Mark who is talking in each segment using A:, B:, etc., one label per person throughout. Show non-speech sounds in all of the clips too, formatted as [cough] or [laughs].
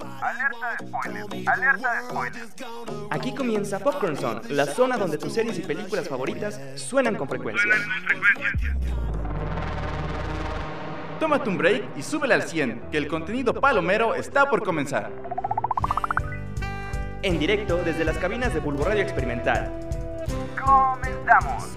A: Alerta de spoilers, alerta de spoilers.
B: Aquí comienza Popcorn Zone, la zona donde tus series y películas favoritas suenan con frecuencia.
C: Tómate un break y súbele al 100, que el contenido palomero está por comenzar.
B: En directo desde las cabinas de Bulbo Radio Experimental.
A: Comenzamos.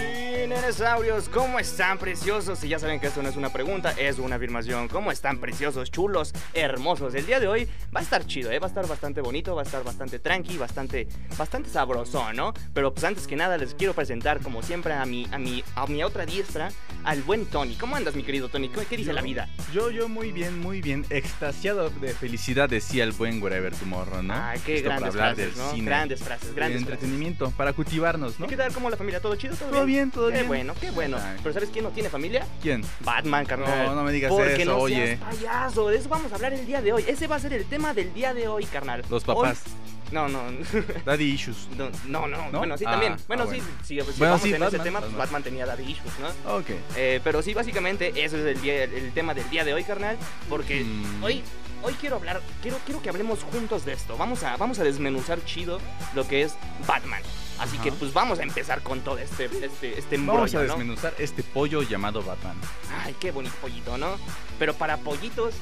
B: Dinosaurios, ¿cómo están preciosos? Y ya saben que esto no es una pregunta, es una afirmación. ¿Cómo están preciosos, chulos, hermosos? El día de hoy va a estar chido, ¿eh? va a estar bastante bonito, va a estar bastante tranqui, bastante, bastante sabrosón, ¿no? Pero pues antes que nada les quiero presentar, como siempre, a mi, a mi, a mi otra diestra, al buen Tony. ¿Cómo andas, mi querido Tony? ¿Qué, qué dice
C: Yo-
B: la vida?
C: Yo, yo muy bien, muy bien. Extasiado de felicidad decía el buen Wherever Tomorrow, ¿no?
B: Ah, qué
C: Esto
B: grandes
C: para hablar
B: frases,
C: del
B: ¿no?
C: cine,
B: Grandes frases,
C: del
B: grandes frases.
C: entretenimiento, para cultivarnos, ¿no?
B: ¿Y qué tal? ¿Cómo la familia? ¿Todo chido? ¿Todo,
C: Todo bien, todo
B: qué
C: bien.
B: bueno, qué bueno.
C: Ay.
B: Pero ¿sabes quién no tiene familia?
C: ¿Quién?
B: Batman, carnal.
C: No, no me digas
B: Porque
C: eso,
B: no
C: oye.
B: seas payaso. De eso vamos a hablar el día de hoy. Ese va a ser el tema del día de hoy, carnal.
C: Los papás.
B: Hoy- No, no. [laughs]
C: Daddy issues.
B: No, no, no.
C: ¿No?
B: Bueno, sí,
C: Ah,
B: también.
C: ah,
B: Bueno, sí,
C: bueno.
B: sí, pues, si
C: Bueno,
B: vamos
C: sí,
B: en ese
C: Batman,
B: tema,
C: Batman.
B: Batman tenía daddy issues, ¿no?
C: Ok.
B: Eh, pero sí, básicamente, ese es el, día- el tema del día de hoy, carnal. Porque
C: Mm.
B: hoy, hoy quiero hablar, quiero, quiero que hablemos juntos de esto. Vamos a, vamos a desmenuzar chido lo que es Batman. Así
C: Ajá.
B: que, pues, vamos a empezar con todo este, este, este
C: Vamos
B: embrollo,
C: a
B: ¿no?
C: desmenuzar este pollo llamado Batman.
B: Ay, qué bonito pollito, ¿no? Pero para pollitos,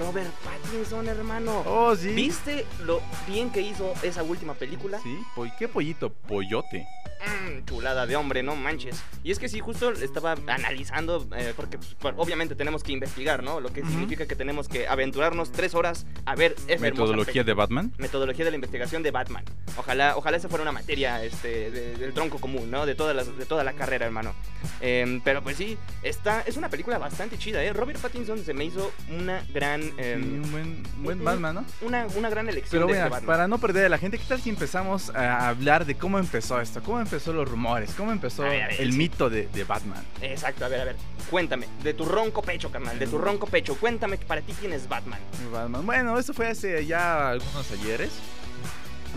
B: Robert Pattinson, hermano.
C: Oh, sí.
B: ¿Viste lo bien que hizo esa última película?
C: Sí, po- ¿qué pollito? Pollote.
B: Mm, chulada de hombre, no manches. Y es que sí, justo estaba analizando, eh, porque pues, por- obviamente tenemos que investigar, ¿no? Lo que
C: Ujú.
B: significa que tenemos que aventurarnos tres horas a ver esa hermosa
C: Metodología de
B: película.
C: Batman.
B: Metodología de la investigación de Batman. Ojalá, ojalá esa fuera una materia este, de- del tronco común, ¿no? De, todas las, de toda la carrera, hermano. Em, pero pues sí, está, es una película bastante chida, ¿eh? Robert Pattinson se me hizo una gran,
C: Sí,
B: em,
C: un buen, un buen
B: un-
C: Batman, ¿no?
B: una, una gran elección
C: Pero
B: de este
C: mira,
B: Batman.
C: para no perder a la gente, ¿qué tal si empezamos a hablar de cómo empezó esto? ¿Cómo empezó los rumores? ¿Cómo empezó
B: A ver, a ver,
C: el
B: sí.
C: mito de, de Batman?
B: Exacto, a ver, a ver. Cuéntame, de tu ronco pecho, carnal,
C: Em.
B: de tu ronco pecho. Cuéntame para ti quién es Batman.
C: Batman. Bueno, esto fue hace ya algunos ayeres.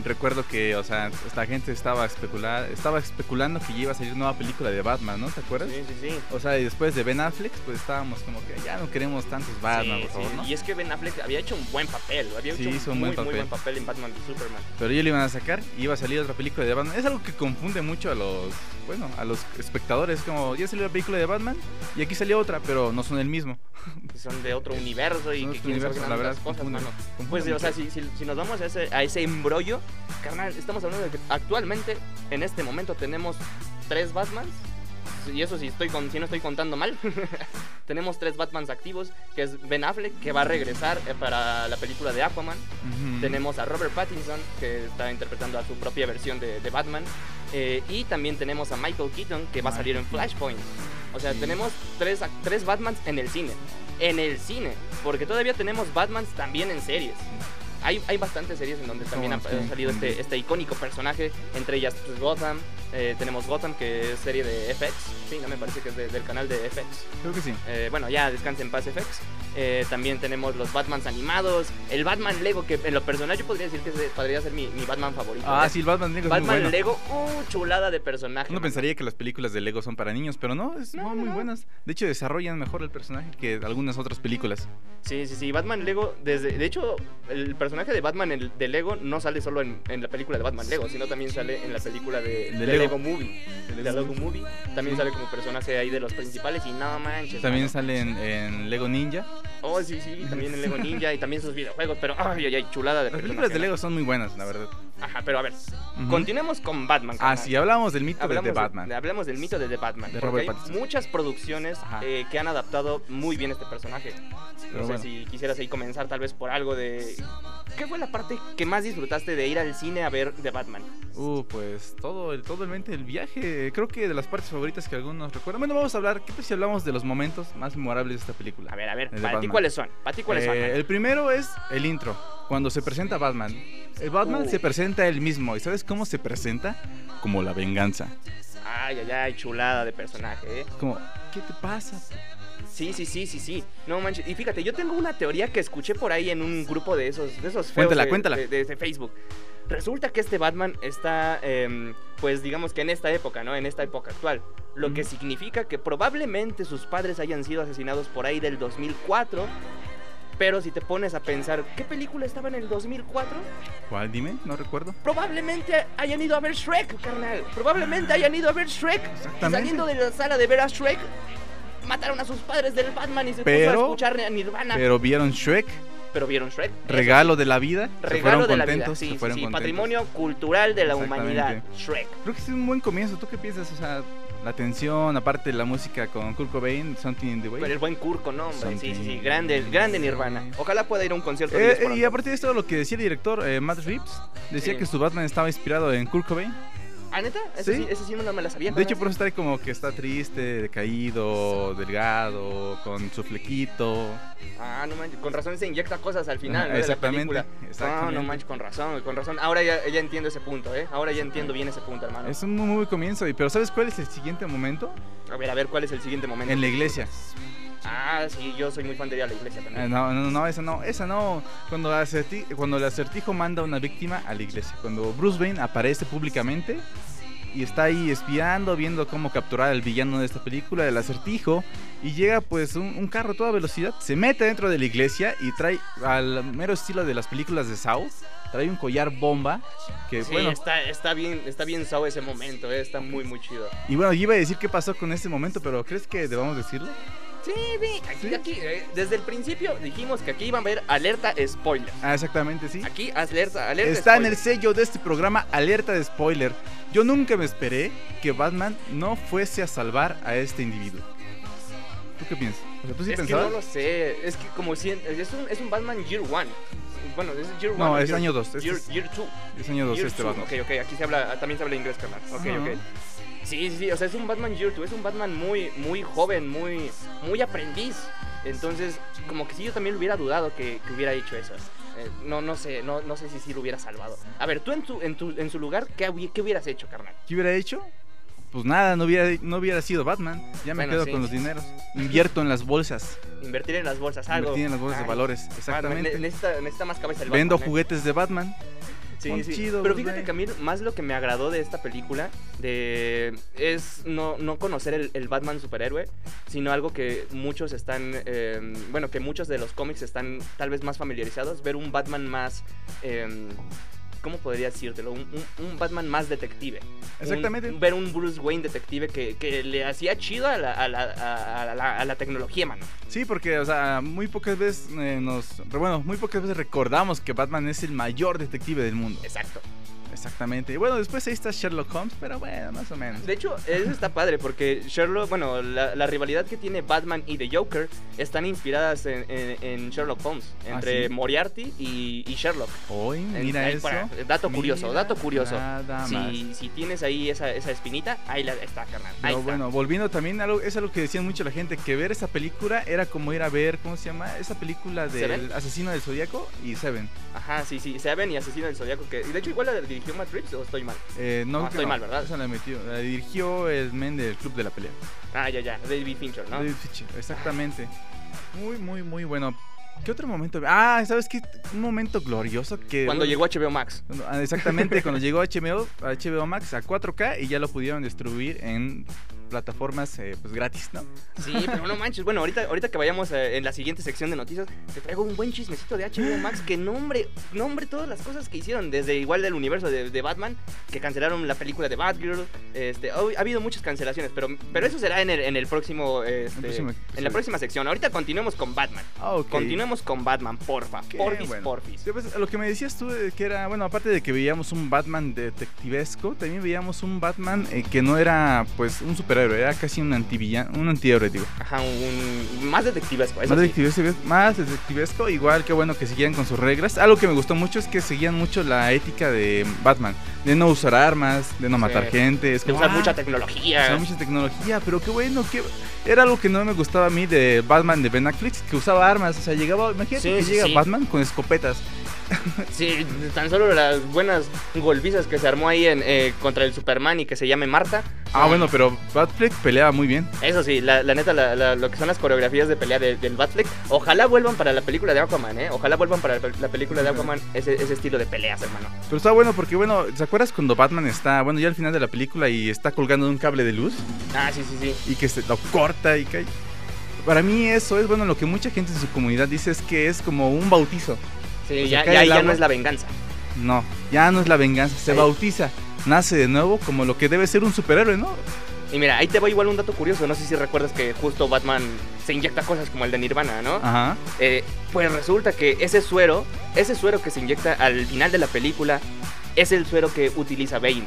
C: Recuerdo que, o sea, la gente estaba, especula- estaba especulando que ya iba a salir nueva película de Batman, ¿no? ¿Te acuerdas?
B: sí, sí.
C: O sea, y después de Ben Affleck, pues estábamos como que ya no queremos tantos Batman,
B: Sí,
C: por favor,
B: sí.
C: Ah, ¿no?
B: Y es que Ben Affleck había hecho un buen papel, había
C: Sí,
B: hecho un
C: hizo un
B: muy,
C: buen
B: muy buen
C: papel.
B: papel en Batman y Superman.
C: Pero ya lo iban a sacar y iba a salir otra película de Batman. Es algo que confunde mucho a los, bueno, a los espectadores. Como, ya salió la película de Batman y aquí salió otra, pero no son el mismo.
B: que Son de otro universo y
C: Son
B: que
C: otro
B: quieren
C: universo, la verdad,
B: cosas,
C: confunde,
B: mano.
C: confunde
B: Pues, sí, o sea,
C: mucho.
B: si, si- si nos vamos a ese, a ese embrollo, carnal, estamos hablando de que actualmente, en este momento, tenemos tres Batmans. Y eso si, estoy con, si no estoy contando mal. [laughs] tenemos tres Batmans activos, que es Ben Affleck, que va a regresar eh, para la película de Aquaman.
C: Ujú.
B: Tenemos a Robert Pattinson, que está interpretando a su propia versión de, de Batman. Eh, y también tenemos a Michael Keaton, que va a salir en Flashpoint. O sea, tenemos tres, ac- tres Batmans en el cine. En el cine. Porque todavía tenemos Batmans también en series. Hay, hay bastantes series en donde también ha,
C: sí,
B: ha salido este,
C: sí.
B: este icónico personaje. Entre ellas pues, Gotham. Eh, tenemos Gotham, que es serie de FX. Sí, no me parece que es de- del canal de FX.
C: Creo que sí.
B: Eh, bueno, ya descansen en paz FX. Eh, también tenemos los Batmans animados. El Batman Lego, que en lo personal yo podría decir que ese podría ser mi, mi Batman favorito.
C: Ah,
B: ¿eh?
C: sí, el Batman Lego es muy
B: Batman
C: bueno.
B: Lego, uh, chulada de personaje.
C: Uno
B: mano.
C: pensaría que las películas de Lego son para niños, pero no, es,
B: No,
C: no,
B: no,
C: muy
B: no.
C: buenas. De hecho, desarrollan mejor el personaje que algunas otras películas.
B: Sí, sí, sí. Batman Lego, desde. De hecho, el personaje de Batman el- de Lego no sale solo en, en la película de Batman Lego, sino también sale en la película de,
C: De
B: de Lego.
C: Lego.
B: Movie. De Lego Movie. También sale como personaje ahí de los principales y no manches.
C: También
B: mano.
C: sale en, en Lego Ninja.
B: Oh, sí, sí. También en Lego Ninja y también sus videojuegos, pero. Ay, ay, ay, chulada de
C: Las películas
B: personaje,
C: de
B: ¿no?
C: Lego son muy buenas, la verdad.
B: Ajá, pero a ver.
C: Ujú.
B: Continuemos con Batman.
C: Ah,
B: carnal.
C: sí, hablamos del mito de-
B: Hablamos,
C: de
B: de-
C: Batman.
B: de- hablamos del mito de The Batman.
C: De
B: porque
C: Robert
B: hay
C: Pattinson.
B: muchas producciones
C: Ajá.
B: eh, que han adaptado muy bien este personaje.
C: Pero
B: no
C: bueno.
B: sé si quisieras ahí comenzar tal vez por algo de... ¿Qué fue la parte que más disfrutaste de ir al cine a ver The Batman?
C: Uh, pues todo el, todo el mente del viaje. Creo que de las partes favoritas que algunos recuerdan. Bueno, vamos a hablar. ¿Qué tal si hablamos de los momentos más memorables de esta película?
B: A ver, a ver,
C: De The
B: ¿para ti
C: Batman.
B: cuáles son? ¿Para ti cuáles son?
C: Eh, el primero es el intro, cuando se presenta Batman. El Batman
B: Uh.
C: se presenta él mismo. ¿Y sabes cómo se presenta? Como la venganza.
B: Ay, ay, ay, chulada de personaje, ¿eh?
C: Como, ¿qué te pasa?
B: Sí, sí, sí, sí, sí. No manches. Y fíjate, yo tengo una teoría que escuché por ahí en un grupo de esos, de esos feos
C: Cuéntala,
B: de,
C: cuéntala.
B: De, de- de Facebook. Resulta que este Batman está, em, pues digamos que en esta época, ¿no? En esta época actual. Lo que
C: Ujú.
B: significa que probablemente sus padres hayan sido asesinados por ahí del 2004. Pero si te pones a pensar, ¿qué película estaba en el 2004?
C: ¿Cuál? Dime, no recuerdo.
B: Probablemente hayan ido a ver Shrek, carnal. Probablemente hayan ido a ver Shrek. Y
C: Exactamente.
B: saliendo de la sala de ver a Shrek, mataron a sus padres del Batman y se puso
C: Pero-
B: a escuchar a Nirvana. Pero,
C: Pero vieron Shrek,
B: vieron Shrek. Eso
C: regalo de la vida. se
B: Regalo
C: fueron
B: de la
C: contentos.
B: vida. Sí,
C: se
B: sí,
C: fueron
B: sí,
C: contentos.
B: Patrimonio cultural de la humanidad.
C: Exactamente.
B: Shrek.
C: Creo que es un buen comienzo. ¿Tú qué piensas? O sea, la tensión, aparte de la música con Kurt Cobain, Something in the Way.
B: Pero el buen Kurko, no, hombre. Sí, sí, sí.
C: Something.
B: Grande, grande Nirvana. Ojalá pueda ir a un concierto. de
C: Eh,
B: ellos
C: eh,
B: pronto.
C: y a partir de esto, lo que decía el director eh, Matt Reeves, decía
B: Sí.
C: que su Batman estaba inspirado en Kurt Cobain.
B: ¿Ah, neta? Ese sí,
C: Sí.
B: ese sí no me la sabía.
C: De hecho,
B: carnal.
C: por eso está ahí como que está triste, decaído, delgado, con su flequito.
B: Ah, no manches. Con razón se inyecta cosas al final.
C: Ajá,
B: ¿no? de la
C: exactamente,
B: película. No,
C: exactamente.
B: no manches, con razón, con razón. Ahora ya, ya entiendo ese punto, ¿eh? Ahora ya entiendo bien ese punto, hermano.
C: Es un muy, muy buen comienzo. y- Pero ¿sabes cuál es el siguiente momento?
B: A ver, a ver, ¿cuál es el siguiente momento?
C: En la iglesia.
B: Ah, sí, yo soy muy fan de ir a la iglesia
C: Eh,
B: también.
C: No, no, no, esa no, esa no. Cuando, acerti- cuando el acertijo manda a una víctima a la iglesia. Cuando Bruce Wayne aparece públicamente y está ahí espiando, viendo cómo capturar al villano de esta película, el acertijo, y llega pues un, un carro a toda velocidad, se mete dentro de la iglesia y trae al mero estilo de las películas de Saw, trae un collar bomba, que
B: Sí,
C: bueno,
B: está, está bien, está bien sao ese momento, ¿eh? está muy, muy chido.
C: y bueno, yo iba a decir qué pasó con este momento, pero ¿crees que debamos decirlo?
B: Sí, vi, aquí, aquí, eh, desde el principio dijimos que aquí iban a ver alerta spoiler.
C: Ah, exactamente, sí.
B: Aquí, alerta, alerta
C: Está en
B: spoiler.
C: el sello de este programa Alerta de Spoiler. Yo nunca me esperé que Batman no fuese a salvar a este individuo. ¿Tú qué piensas? O sea, ¿Tú sí
B: es que
C: pensabas?
B: no lo sé, es que como si... Es un, es un Batman Year One. Bueno, es Year One.
C: No, es
B: year-
C: año 2.
B: Year,
C: Es,
B: year Two.
C: es año 2
B: Year
C: este
B: Two,
C: Batman.
B: Ok, ok, aquí se habla, ah, también se habla inglés, carnal. Ok,
C: Ajá.
B: ok. Sí, sí, sí, o sea, es un Batman Year 2, es un Batman muy, muy joven, muy, muy aprendiz. Entonces, como que sí, yo también lo hubiera dudado que, que hubiera hecho eso. Eh, no, no sé, no, no sé si sí lo hubiera salvado. A ver, tú en, tu, en, tu, en su lugar, ¿qué, hubi- qué hubieras hecho, carnal?
C: ¿Qué hubiera hecho? Pues nada, no hubiera, no hubiera sido Batman. Ya me
B: Bueno,
C: quedo
B: sí.
C: con los dineros. Invierto en las bolsas.
B: Invertir en las bolsas, algo.
C: Invertir en las bolsas
B: Ay,
C: de valores.
B: Batman, ne-
C: Exactamente.
B: necesita, necesita más cabeza el
C: Vendo
B: Batman, ¿eh?
C: juguetes de Batman.
B: Sí,
C: Con
B: sí.
C: chido,
B: Pero
C: güey.
B: fíjate que a mí más lo que me agradó de esta película de, es no, no conocer el, el Batman superhéroe, sino algo que muchos están, eh, bueno, que muchos de los cómics están tal vez más familiarizados, ver un Batman más, eh, ¿cómo podría decírtelo? Un, un- un Batman más detective. Un-
C: Exactamente.
B: ver un Bruce Wayne detective que, que le hacía chido a la, a la, a la- a la- a la tecnología, mano.
C: Sí, porque, o sea, muy pocas veces eh, nos. Bueno, muy pocas veces recordamos que Batman es el mayor detective del mundo.
B: Exacto.
C: Exactamente. Y bueno, después ahí está Sherlock Holmes, pero bueno, más o menos.
B: De hecho, eso está padre porque Sherlock, bueno, la, la rivalidad que tiene Batman y The Joker están inspiradas en, en- en Sherlock Holmes,
C: Ah,
B: entre
C: ¿sí?
B: Moriarty y, y Sherlock.
C: Hoy,
B: En-
C: mira
B: ahí
C: eso.
B: para- dato curioso,
C: Mira
B: dato curioso.
C: Nada más.
B: Si, si tienes ahí esa, esa espinita, ahí la, está, carnal. Ahí
C: Pero
B: está.
C: bueno, volviendo también a algo, es algo que decían mucho la gente, que ver esa película era como ir a ver, ¿cómo se llama? Esa película del
B: ¿Seven?
C: asesino del zodiaco y Seven.
B: Ajá, sí, sí, Seven y Asesino del Zodiaco, que y de hecho igual la dirigió Matt Reeves o estoy mal.
C: Eh,
B: No,
C: no, creo que
B: Ah, estoy mal, ¿verdad?
C: Esa la, metió- la dirigió el men del club de la pelea.
B: Ah, ya, ya, David Fincher, ¿no?
C: David Fincher, exactamente. Muy, muy, muy bueno. ¿Qué otro momento? Ah, ¿sabes qué? Un momento glorioso que...
B: Cuando
C: bueno,
B: llegó HBO Max.
C: Cuando- ah, Exactamente, cuando llegó HBO, a HBO Max a 4K y ya lo pudieron distribuir en plataformas eh, pues gratis, ¿no?
B: Sí, pero no manches. Bueno, ahorita, ahorita que vayamos eh, en la siguiente sección de noticias, te traigo un buen chismecito de HBO Max que nombre, nombre todas las cosas que hicieron, desde igual del universo de, de Batman, que cancelaron la película de Batgirl. Este, ha ha habido muchas cancelaciones, pero, pero eso será en el, en el próximo. este,
C: próximo
B: en la
C: episodio.
B: próxima sección. Ahorita continuemos con Batman.
C: Ah, ok.
B: Continuemos con Batman, porfa.
C: Qué
B: porfis,
C: bueno.
B: porfis.
C: Sí, pues, lo que me decías tú eh, que era, bueno, aparte de que veíamos un Batman detectivesco, también veíamos un Batman eh, que no era pues un superhéroe, era casi un antivillano, un antihéroe, digo.
B: Ajá, un, más detectivesco. eso
C: Más
B: sí.
C: detectivesco, más detectivesco, igual que bueno que siguieran con sus reglas. Algo que me gustó mucho es que seguían mucho la ética de Batman, de no usar armas, de no
B: Sí.
C: matar gente, es
B: Que
C: como,
B: usar
C: ah,
B: mucha tecnología.
C: Usaba mucha tecnología, pero qué bueno, que era algo que no me gustaba a mí de Batman de Ben Affleck, que usaba armas, o sea, llegaba, imagínate
B: Sí,
C: que
B: sí,
C: llega
B: sí.
C: Batman con escopetas.
B: Sí, tan solo las buenas golpizas que se armó ahí en, eh, contra el Superman y que se llame Marta.
C: Ah, bueno, pero Batfleck peleaba muy bien.
B: Eso sí, la, la neta, la- la- lo que son las coreografías de pelea de- del Batfleck, ojalá vuelvan para la película de Aquaman, ¿eh? Ojalá vuelvan para la, la película de Aquaman ese, ese estilo de peleas, hermano.
C: Pero está bueno porque, bueno, ¿se acuerdas cuando Batman está, bueno, ya al final de la película y está colgando de un cable de luz
B: Ah, sí, sí, sí.
C: y que se lo corta y cae? Para mí eso es, bueno, lo que mucha gente en su comunidad dice es que es como un bautizo.
B: Sí,
C: O
B: ya,
C: sea, cae
B: ya,
C: Pues el
B: ya no
C: agua.
B: es la venganza.
C: No, ya no es la venganza, se
B: Sí.
C: bautiza, nace de nuevo como lo que debe ser un superhéroe, ¿no?
B: Y mira, ahí te va igual un dato curioso. No sé si recuerdas que justo Batman se inyecta cosas como el de Nirvana, ¿no?
C: Ajá.
B: Eh, pues resulta que ese suero, ese suero que se inyecta al final de la película, es el suero que utiliza Bane.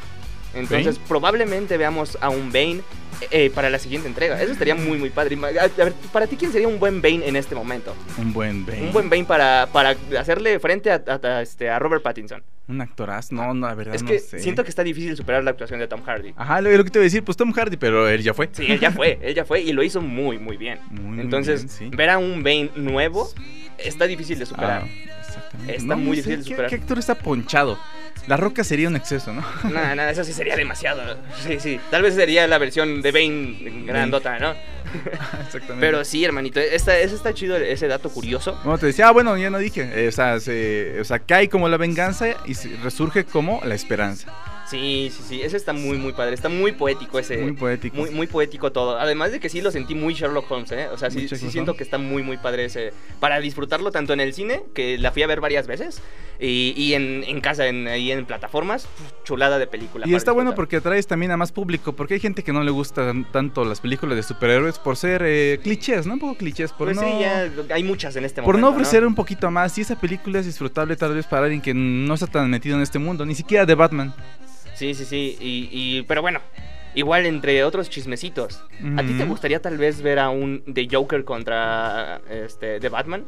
B: Entonces probablemente veamos a un Bane eh, para la siguiente entrega. Eso estaría muy, muy padre. Ima- A a ver, para ti, ¿quién sería un buen Bane en este momento?
C: Un buen Bane.
B: Un buen Bane para, para hacerle frente a, a- a, este, a Robert Pattinson.
C: Un actoraz, no, no, la verdad
B: es
C: no
B: que
C: sé.
B: siento que está difícil superar la actuación de Tom Hardy.
C: Ajá, lo, lo que te iba a decir, pues Tom Hardy, pero él ya fue.
B: Sí, él ya
C: [laughs]
B: fue, él ya fue y lo hizo muy, muy bien.
C: Muy, muy
B: Entonces,
C: bien, sí.
B: ver a un Bane nuevo está difícil de superar.
C: Ah, exactamente.
B: Está muy difícil de
C: ¿qué-
B: superar.
C: ¿qué, actor está ponchado? La roca sería un exceso, ¿no? [laughs]
B: Nada, nada, eso sí sería demasiado. Sí, sí. Tal vez sería la versión de Bane grandota, ¿no?
C: Exactamente.
B: Pero sí, hermanito, esta, ese está chido ese dato curioso.
C: Bueno, te decía, ah, bueno, ya no dije. eh, o, sea, se- o sea, cae como la venganza y se- resurge como la esperanza.
B: Sí, sí, sí, ese está muy, muy padre. Está muy poético ese.
C: Muy poético.
B: Pues, eh, Muy, muy poético todo. Además de que sí lo sentí muy Sherlock Holmes, ¿eh? O sea,
C: Muy
B: sí, sí
C: Sherlock
B: siento
C: Holmes.
B: que está muy, muy padre ese. Para disfrutarlo tanto en el cine, que la fui a ver varias veces, y, y en, en casa, en, ahí en plataformas, pf, chulada de película.
C: y
B: para
C: está bueno
B: disfrutar.
C: porque atraes también a más público, porque hay gente que no le gustan tanto las películas de superhéroes por ser eh, clichés, ¿no? Un poco clichés, por
B: Pues
C: no...
B: sí, ya hay muchas en este
C: Por
B: momento.
C: no ofrecer un poquito más, y esa película es disfrutable tal vez para alguien que no está tan metido en este mundo, ni siquiera de Batman.
B: Sí, sí, sí. Y, y- pero bueno, igual entre otros chismecitos. ¿A ti te
C: Ujú.
B: gustaría tal vez ver a un The Joker contra este The Batman?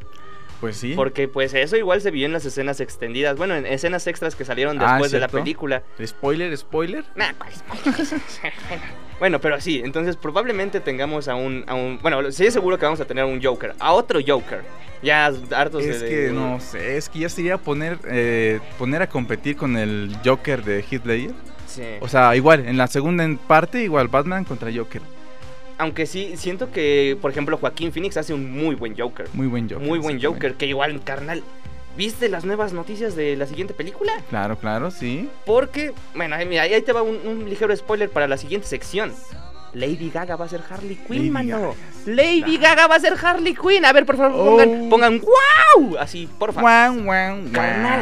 C: Pues sí.
B: Porque pues eso igual se vio en las escenas extendidas. Bueno, en escenas extras que salieron
C: Ah,
B: después de la
C: ¿cierto?
B: película.
C: Spoiler, spoiler.
B: Nah, ¿cuál es? [laughs] bueno, pero sí, entonces probablemente tengamos a un, a un... Bueno, sí es seguro que vamos a tener a un Joker. A otro Joker. Ya hartos de...
C: Es que no sé, es que ya sería poner eh, poner a competir con el Joker de Heath Ledger.
B: Sí.
C: O sea, igual, en la segunda en parte, igual Batman contra Joker.
B: Aunque sí, siento que, por ejemplo, Joaquín Phoenix hace un muy buen Joker.
C: Muy buen Joker.
B: Muy buen
C: exactamente.
B: Joker, que igual, carnal. ¿Viste las nuevas noticias de la siguiente película?
C: Claro, claro, sí.
B: Porque, bueno, ahí- mira, ahí te va un, un ligero spoiler para la siguiente sección. Lady Gaga va a ser Harley Quinn,
C: Lady
B: mano.
C: Gaga.
B: Lady Gaga va a ser Harley Quinn. A ver, por favor,
C: Oh.
B: pongan, pongan wow, así, porfa.
C: Guau, guau,
B: Carnal.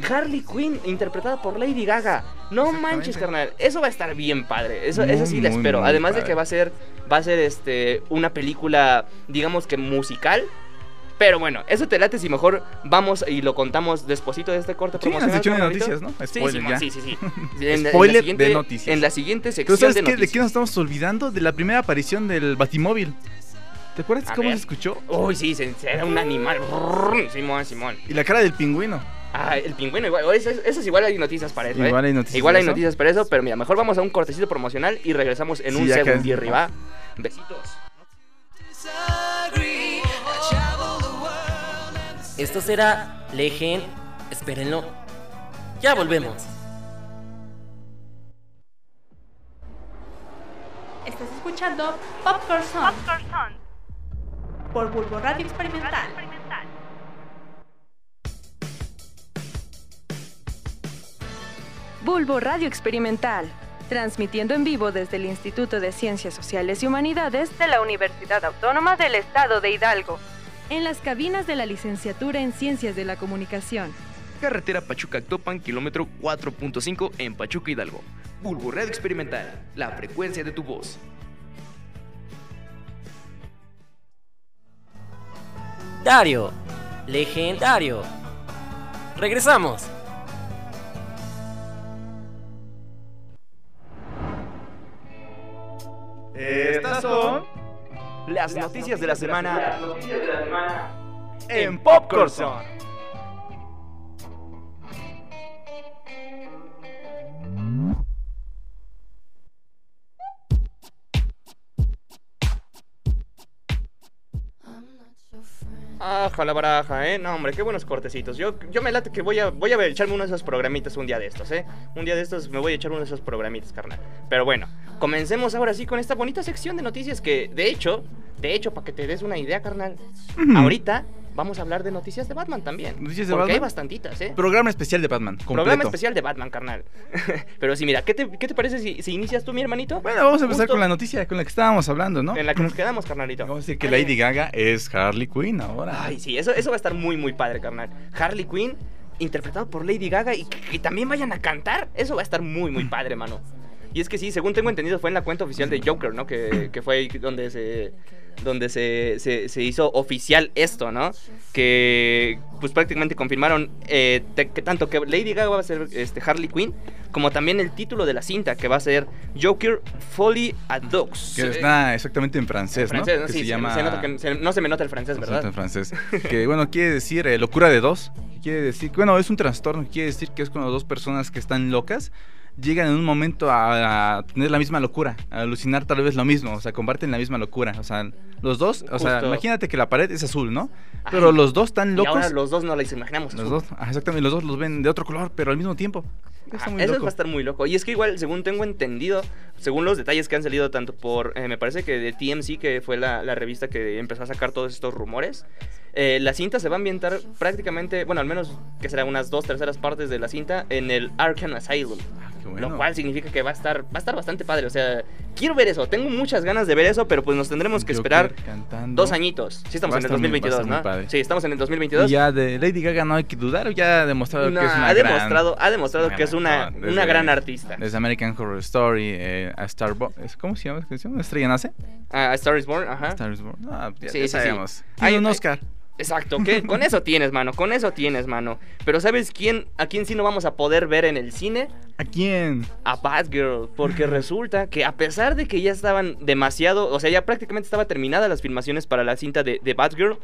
C: guau.
B: Harley Quinn interpretada por Lady Gaga. No
C: Exactamente.
B: manches, carnal. Eso va a estar bien padre. Eso,
C: Muy,
B: eso sí la
C: muy,
B: espero.
C: muy
B: Además de
C: padre.
B: que va a ser va a ser este una película, digamos que musical. Pero bueno, eso te late si mejor vamos y lo contamos despuesito de este corte
C: Sí,
B: promocional.
C: las dicho en
B: carnalito.
C: noticias, ¿no?
B: Sí,
C: Spoiler,
B: Simón,
C: ya.
B: sí, sí,
C: [laughs]
B: sí.
C: Spoiler de
B: siguiente-
C: noticias.
B: En la siguiente sección
C: Pero ¿sabes
B: de
C: qué? ¿De
B: noticias.
C: qué nos estamos olvidando? De la primera aparición del Batimóvil. ¿Te acuerdas
B: A
C: cómo
B: ver.
C: se escuchó?
B: Uy, sí, se- se- era un animal. [laughs] Brrr, Simón, Simón.
C: Y la cara del pingüino.
B: Ah, el pingüino igual. Eso, es- eso es igual hay noticias para eso, ¿eh?
C: Igual hay noticias
B: Igual
C: de
B: hay
C: eso.
B: noticias para eso, pero mira, mejor vamos a un cortecito promocional y regresamos en
C: Sí,
B: un
C: ya que-
B: segundo. Y va. Besitos.
D: Esto será Legend. Espérenlo. Ya volvemos.
E: Estás escuchando Popcorn Song por Bulbo Radio Experimental.
F: Bulbo Radio Experimental, transmitiendo en vivo desde el Instituto de Ciencias Sociales y Humanidades de la Universidad Autónoma del Estado de Hidalgo, en las cabinas de la Licenciatura en Ciencias de la Comunicación.
G: Carretera Pachuca-Actopan, kilómetro 4.5 en Pachuca Hidalgo. Bulbo Red Experimental, la frecuencia de tu voz.
D: Dario. Legendario. Regresamos.
C: Estas son
B: Las noticias de la semana
C: en Popcorn Zone.
B: Ah, baraja, la baraja, ¿eh? No, hombre, qué buenos cortecitos. Yo, yo me late que voy a, voy a echarme uno de esos programitas un día de estos, ¿eh? Un día de estos me voy a echar uno de esos programitas, carnal. Pero bueno, comencemos ahora sí con esta bonita sección de noticias que, de hecho, de hecho, para que te des una idea, carnal, [clears throat]
C: Ujú.
B: ahorita vamos a hablar de noticias de Batman también.
C: ¿Noticias de
B: porque hay
C: Batman?
B: bastantitas, ¿eh?
C: Programa especial de Batman. Completo.
B: Programa especial de Batman, carnal. [laughs] Pero sí, mira, ¿qué te, qué te parece si, si inicias tú, mi hermanito?
C: Bueno, vamos a empezar
B: Justo
C: con la noticia con la que estábamos hablando, ¿no?
B: En la que nos quedamos, carnalito.
C: Vamos a decir que Lady Gaga es Harley Quinn ahora.
B: Ay, sí, eso, eso va a estar muy, muy padre, carnal. Harley Quinn, interpretado por Lady Gaga, y que también vayan a cantar, eso va a estar muy, muy padre, mano. Y es que sí, según tengo entendido, fue en la cuenta oficial de Joker, ¿no? Que, que fue ahí donde se donde se, se- se hizo oficial esto, ¿no? Que pues prácticamente confirmaron eh, te- que tanto que Lady Gaga va a ser este, Harley Quinn, como también el título de la cinta, que va a ser Joker Folly à Dogs. Eh,
C: que está exactamente en francés, ¿no?
B: Francés, ¿no?
C: Que
B: Sí,
C: se
B: se-
C: llama...
B: se nota que- se- no se me nota el francés,
C: Acento
B: ¿verdad?
C: en francés. Que bueno, quiere decir eh, locura de dos. Quiere decir, bueno, es un trastorno. Quiere decir que es cuando dos personas que están locas llegan en un momento a, a tener la misma locura, a alucinar tal vez lo mismo. O sea, comparten la misma locura. O sea, los dos, o sea,
B: Justo.
C: imagínate que la pared es azul, ¿no? Pero
B: Ay,
C: los dos están
B: Y ahora
C: locos.
B: los dos no les imaginamos.
C: Los dos, ah, exactamente, los dos los ven de otro color, pero al mismo tiempo. Está
B: Ajá,
C: muy
B: eso
C: loco.
B: va a estar muy loco. Y es que igual, según tengo entendido, según los detalles que han salido tanto por, eh, me parece que de TMC, que fue la, la revista que empezó a sacar todos estos rumores, eh, la cinta se va a ambientar prácticamente, bueno, al menos que será unas dos terceras partes de la cinta en el Arkham Asylum.
C: Ah, qué bueno.
B: Lo cual significa que va a estar va a estar bastante padre. O sea, quiero ver eso. Tengo muchas ganas de ver eso, pero pues nos tendremos que
C: Joker
B: esperar
C: cantando.
B: dos añitos. Sí, estamos
C: Va a
B: en el
C: estar muy- va a estar
B: 2022,
C: muy
B: ¿no?
C: padre.
B: Sí, estamos en el
C: Y
B: 2022.
C: ya de Lady Gaga no hay que dudar, ya ha demostrado
B: No,
C: que es una
B: ha
C: gran-
B: demostrado, ha demostrado que es una,
C: gran-
B: una
C: desde-
B: gran artista.
C: Desde American Horror Story, eh, a Star Bo- es- ¿Cómo se llama? ¿Cómo se llama? ¿Estrella Nace?
B: Ah, A Star is Born, ajá.
C: Star is Born. Ah, ya,
B: Sí,
C: ya
B: sí, sí.
C: sabemos.
B: Hay-
C: Tiene un
B: hay-
C: Oscar.
B: Exacto,
C: [laughs]
B: que con eso tienes, mano, con eso tienes, mano. Pero ¿sabes quién a quién sí no vamos a poder ver en el cine?
C: ¿A quién?
B: A Batgirl, porque resulta que a pesar de que ya estaban demasiado, o sea, ya prácticamente estaba terminada las filmaciones para la cinta de, de Batgirl,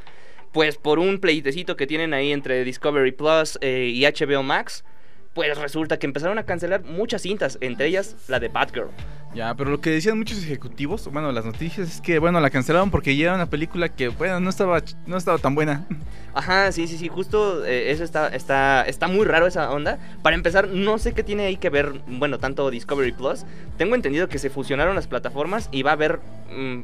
B: pues por un pleitecito que tienen ahí entre Discovery Plus eh, y HBO Max, pues resulta que empezaron a cancelar muchas cintas, entre ellas la de Batgirl.
C: Ya, pero lo que decían muchos ejecutivos, bueno, las noticias es que, bueno, la cancelaron porque ya era una película que, bueno, no estaba, ch- no estaba tan buena. [laughs]
B: Mm. Ajá, sí, sí, sí, justo eh, eso está, está, está muy raro esa onda. Para empezar, no sé qué tiene ahí que ver, bueno, tanto Discovery Plus. Tengo entendido que se fusionaron las plataformas y va a haber... mm,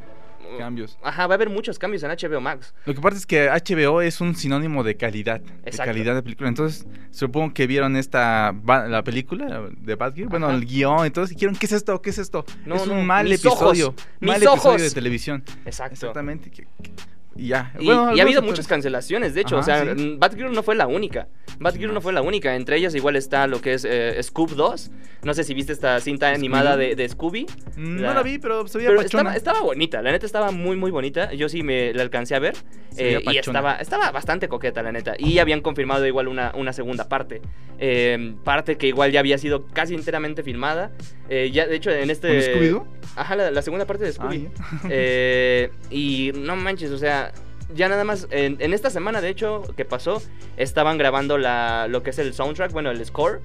C: Cambios.
B: Ajá, va a haber muchos cambios en HBO Max.
C: Lo que pasa es que HBO es un sinónimo de calidad, de
B: Exacto.
C: calidad de película. Entonces, supongo que vieron esta ba- la película de Batgirl, bueno,
B: Ajá.
C: el guión, entonces dijeron, ¿qué es esto? ¿Qué es esto?
B: No,
C: es un
B: no,
C: mal
B: mis
C: episodio,
B: ojos, mis
C: mal episodio
B: ojos.
C: de televisión.
B: Exacto.
C: Exactamente. que- que- y ya.
B: Y,
C: Bueno,
B: y ha habido
C: algunos
B: muchas cancelaciones, de hecho.
C: Ajá,
B: o sea, mm,
C: sí.
B: Batgirl no fue la única. Batgirl no fue la única. Entre ellas igual está lo que es eh, Scoop 2. No sé si viste esta cinta animada de, de Scooby.
C: Mm,
B: La-
C: No la vi, pero se veía
B: Pero
C: pachona.
B: estaba, estaba bonita, la neta estaba muy, muy bonita. Yo sí me la alcancé a ver.
C: Se
B: eh,
C: veía
B: y
C: pachona.
B: estaba, estaba bastante coqueta, la neta. Y habían confirmado igual una, una segunda parte. Eh, parte que igual ya había sido casi enteramente filmada. Eh, ya, de hecho, en este.
C: ¿Con Scooby-Doo?
B: Ajá, la, la segunda parte de
C: Ah,
B: Scooby.
C: ya.
B: Eh, y no manches, o sea, ya nada más, en, en esta semana de hecho que pasó, estaban grabando la, lo que es el soundtrack, bueno, el score.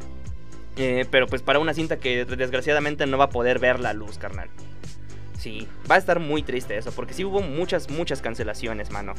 B: eh, pero pues para una cinta que desgraciadamente no va a poder ver la luz, carnal. Sí, va a estar muy triste eso, porque sí hubo muchas, muchas cancelaciones, mano.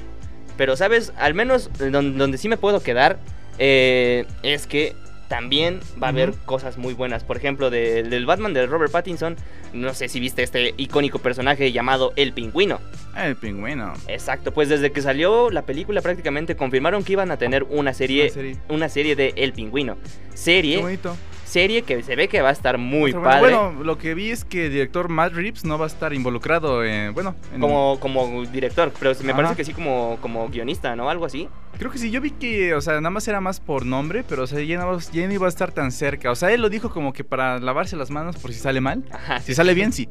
B: Pero, ¿sabes? Al menos don- donde, sí me puedo quedar eh, es que también va a haber
C: Ujú.
B: cosas muy buenas. Por ejemplo, de- del Batman de Robert Pattinson, no sé si viste este icónico personaje llamado El Pingüino.
C: Ah, El pingüino.
B: Exacto, pues desde que salió la película prácticamente confirmaron que iban a tener una
C: Una
B: serie,
C: serie.
B: una serie de El Pingüino.
C: Qué
B: Serie,
C: bonito.
B: serie que se ve que va a estar muy
C: Pero
B: padre.
C: Bueno, bueno, lo que vi es que el director Matt Reeves no va a estar involucrado en, bueno, en-
B: Como, como director, pero me parece
C: Ajá.
B: que sí como, como guionista, ¿no? Algo así.
C: Creo que sí, yo vi que, o sea, nada más era más por nombre, pero, o sea, ya no, ya no iba a estar tan cerca. O sea, él lo dijo como que para lavarse las manos por si sale mal.
B: Ajá.
C: Si sale bien, sí.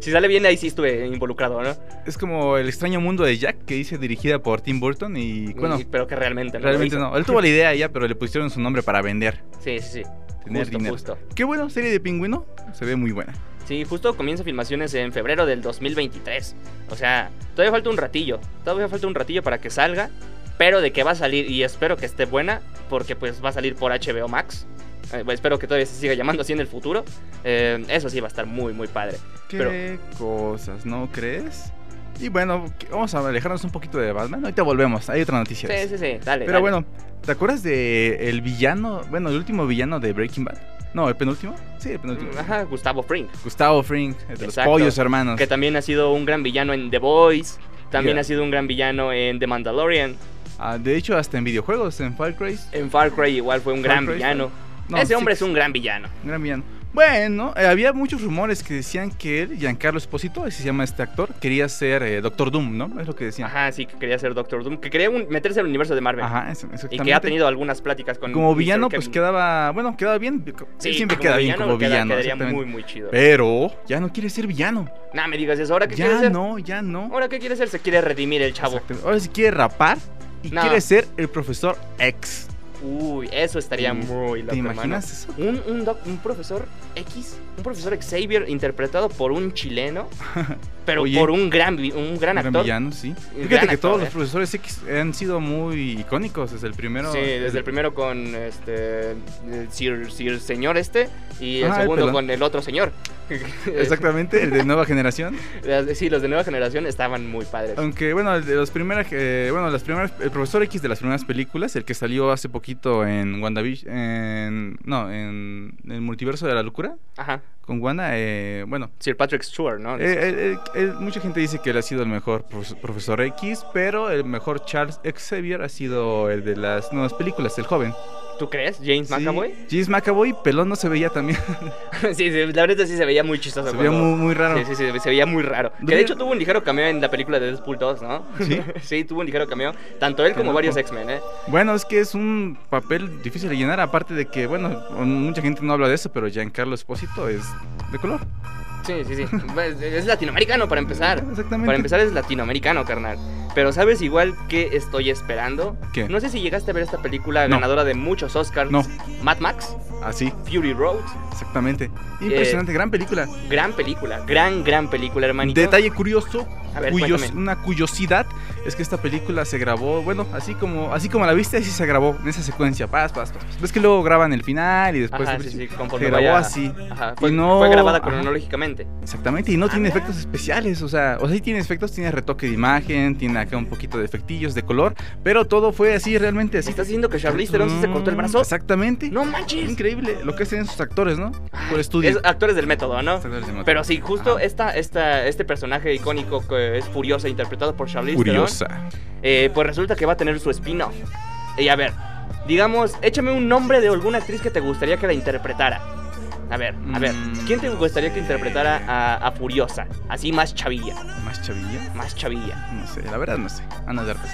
B: Si sale bien, ahí sí estuve involucrado, ¿no?
C: Es como El extraño mundo de Jack, que dice dirigida por Tim Burton y, bueno,
B: Y- pero que realmente no. lo
C: realmente
B: hizo.
C: no. Él tuvo la idea ya, pero le pusieron su nombre para vender,
B: Sí, sí, sí.
C: tener
B: justo,
C: dinero.
B: justo.
C: Qué bueno, serie de pingüino, se ve muy buena.
B: Sí, justo comienza filmaciones en febrero del 2023. O sea, todavía falta un ratillo. Todavía falta un ratillo para que salga. Pero de que va a salir, y espero que esté buena, porque pues va a salir por HBO Max. Eh, bueno, espero que todavía se siga llamando así en el futuro. Eh, eso sí va a estar muy, muy padre.
C: Qué
B: Pero-
C: cosas, ¿no crees? Y bueno, que- vamos a alejarnos un poquito de Batman. Ahorita volvemos. Hay otra noticia. de
B: Sí,
C: eso.
B: sí, sí. Dale.
C: Pero bueno, ¿te acuerdas de el villano? Bueno, el último villano de Breaking Bad. No, el penúltimo. Sí, el penúltimo.
B: Mm, Ajá, Gustavo Fring.
C: Gustavo Fring, el de los
B: Exacto.
C: pollos hermanos.
B: Que también ha sido un gran villano en The Boys. También
C: Ya.
B: ha sido un gran villano en The Mandalorian.
C: Ah, de hecho, hasta en videojuegos, en Far Cry.
B: En Far Cry igual fue un
C: Far
B: gran
C: Cry,
B: villano.
C: No,
B: Ese
C: sí,
B: hombre es un gran villano.
C: un gran villano. Bueno, eh, había muchos rumores que decían que él, Giancarlo Esposito, así se llama este actor, quería ser eh, Doctor Doom, ¿no? Es lo que decían.
B: Ajá, sí, que quería ser Doctor Doom. Que quería un- meterse en el universo de Marvel.
C: Ajá, es-
B: Y
C: exactamente.
B: que ha tenido algunas pláticas con.
C: Como
B: Mr.
C: villano, pues
B: Kevin.
C: quedaba. Bueno, quedaba bien.
B: Sí,
C: siempre
B: como
C: queda bien
B: villano
C: como
B: queda-
C: villano.
B: Quedaría
C: exactamente.
B: muy, muy chido.
C: Pero ya no quiere ser villano.
B: Nah, me digas eso. ¿Ahora qué quiere
C: Ya
B: ser?
C: no, ya no.
B: ¿Ahora qué quiere ser? Se quiere redimir el chavo.
C: Exactamente. Ahora sí quiere rapar y
B: No.
C: quiere ser el profesor X.
B: Uy, eso estaría
C: Mm,
B: muy loco,
C: ¿Te
B: hermano.
C: imaginas eso?
B: Un, un doc- un profesor X, un profesor Xavier interpretado por un chileno,
C: [laughs]
B: pero
C: Oye.
B: por un gran, vi- un gran
C: Un
B: actor.
C: gran villano, sí.
B: Un
C: Fíjate
B: gran
C: que
B: actor,
C: todos
B: eh.
C: los profesores X han sido muy icónicos desde el primero.
B: sí, desde el primero con este el Sir, Sir señor este y el
C: Ah, el
B: segundo
C: pelón.
B: con el otro señor. [laughs]
C: Exactamente, el de nueva generación.
B: sí, los de nueva generación estaban muy padres.
C: Aunque, bueno, el de los primeras, eh, bueno, las primeras, el profesor X de las primeras películas, el que salió hace poquito en WandaVision, en, no, en, el multiverso de la locura,
B: Ajá.
C: con Wanda, eh, bueno,
B: Sir Patrick Stewart, ¿no?
C: eh, él- él- él- mucha gente dice que él ha sido el mejor profes- profesor X, pero el mejor Charles Xavier ha sido el de las nuevas películas, el joven.
B: ¿Tú crees? James
C: Sí.
B: McAvoy. [laughs]
C: James McAvoy, pelón no se veía también, [laughs]
B: sí, sí, la verdad sí se veía muy chistoso.
C: se veía
B: cuando-
C: muy, muy raro.
B: Sí, sí, se, se veía muy raro. Que de
C: Debía-
B: hecho tuvo un ligero cameo en la película de Deadpool 2, ¿no? [laughs]
C: ¿Sí?
B: sí, tuvo un ligero cameo. Tanto él
C: Qué
B: como
C: loco.
B: varios X-Men, ¿eh?
C: Bueno, es que es un papel difícil de llenar, aparte de que, bueno, mucha gente no habla de eso, pero Giancarlo Espósito es de color.
B: Sí,
C: [laughs]
B: sí, sí. Pues, es latinoamericano para empezar.
C: Exactamente.
B: Para empezar es latinoamericano, carnal. Pero ¿sabes igual qué estoy esperando?
C: ¿Qué?
B: No sé si llegaste a ver esta película
C: No.
B: ganadora de muchos Oscars.
C: No,
B: Mad Max,
C: así,
B: Fury Road.
C: Ah, exactamente.
B: Eh,
C: Impresionante, gran película.
B: Gran película, gran, gran película, hermanito.
C: Detalle curioso,
B: A ver,
C: cuyos-
B: cuéntame.
C: una curiosidad es que esta película se grabó, bueno, así como así como la viste, así se grabó en esa secuencia, paz, paz, paz. Ves que luego graban el final y después
B: Ajá,
C: el
B: sí, sí,
C: principio.
B: conforme
C: se grabó
B: vaya-
C: así.
B: Ajá,
C: Y
B: fue,
C: no-
B: fue grabada
C: ajá.
B: cronológicamente.
C: Exactamente, y no tiene efectos especiales, o sea, o sea, sí tiene efectos, tiene retoque de imagen, tiene acá un poquito de efectillos de color, pero todo fue así realmente así.
B: ¿Estás diciendo que Charlize Theron sí se cortó el brazo?
C: Exactamente.
B: ¡No manches!
C: Increíble lo que hacen esos actores, ¿no? Por estudio.
B: Es actores del método, ¿no?
C: Actores de moto.
B: Pero sí, justo
C: Ajá.
B: esta, esta, este personaje icónico que es Furiosa, interpretado por Charlize
C: Curiosa.
B: Theron, eh, pues resulta que va a tener su spin-off. Y a ver, digamos, échame un nombre de alguna actriz que te gustaría que la interpretara. A ver, a ver,
C: Mm.
B: ¿quién te gustaría que interpretara a, a Furiosa? Así más chavilla,
C: ¿Más chavilla?
B: más chavilla.
C: No sé, la verdad no sé. Ana de Armas.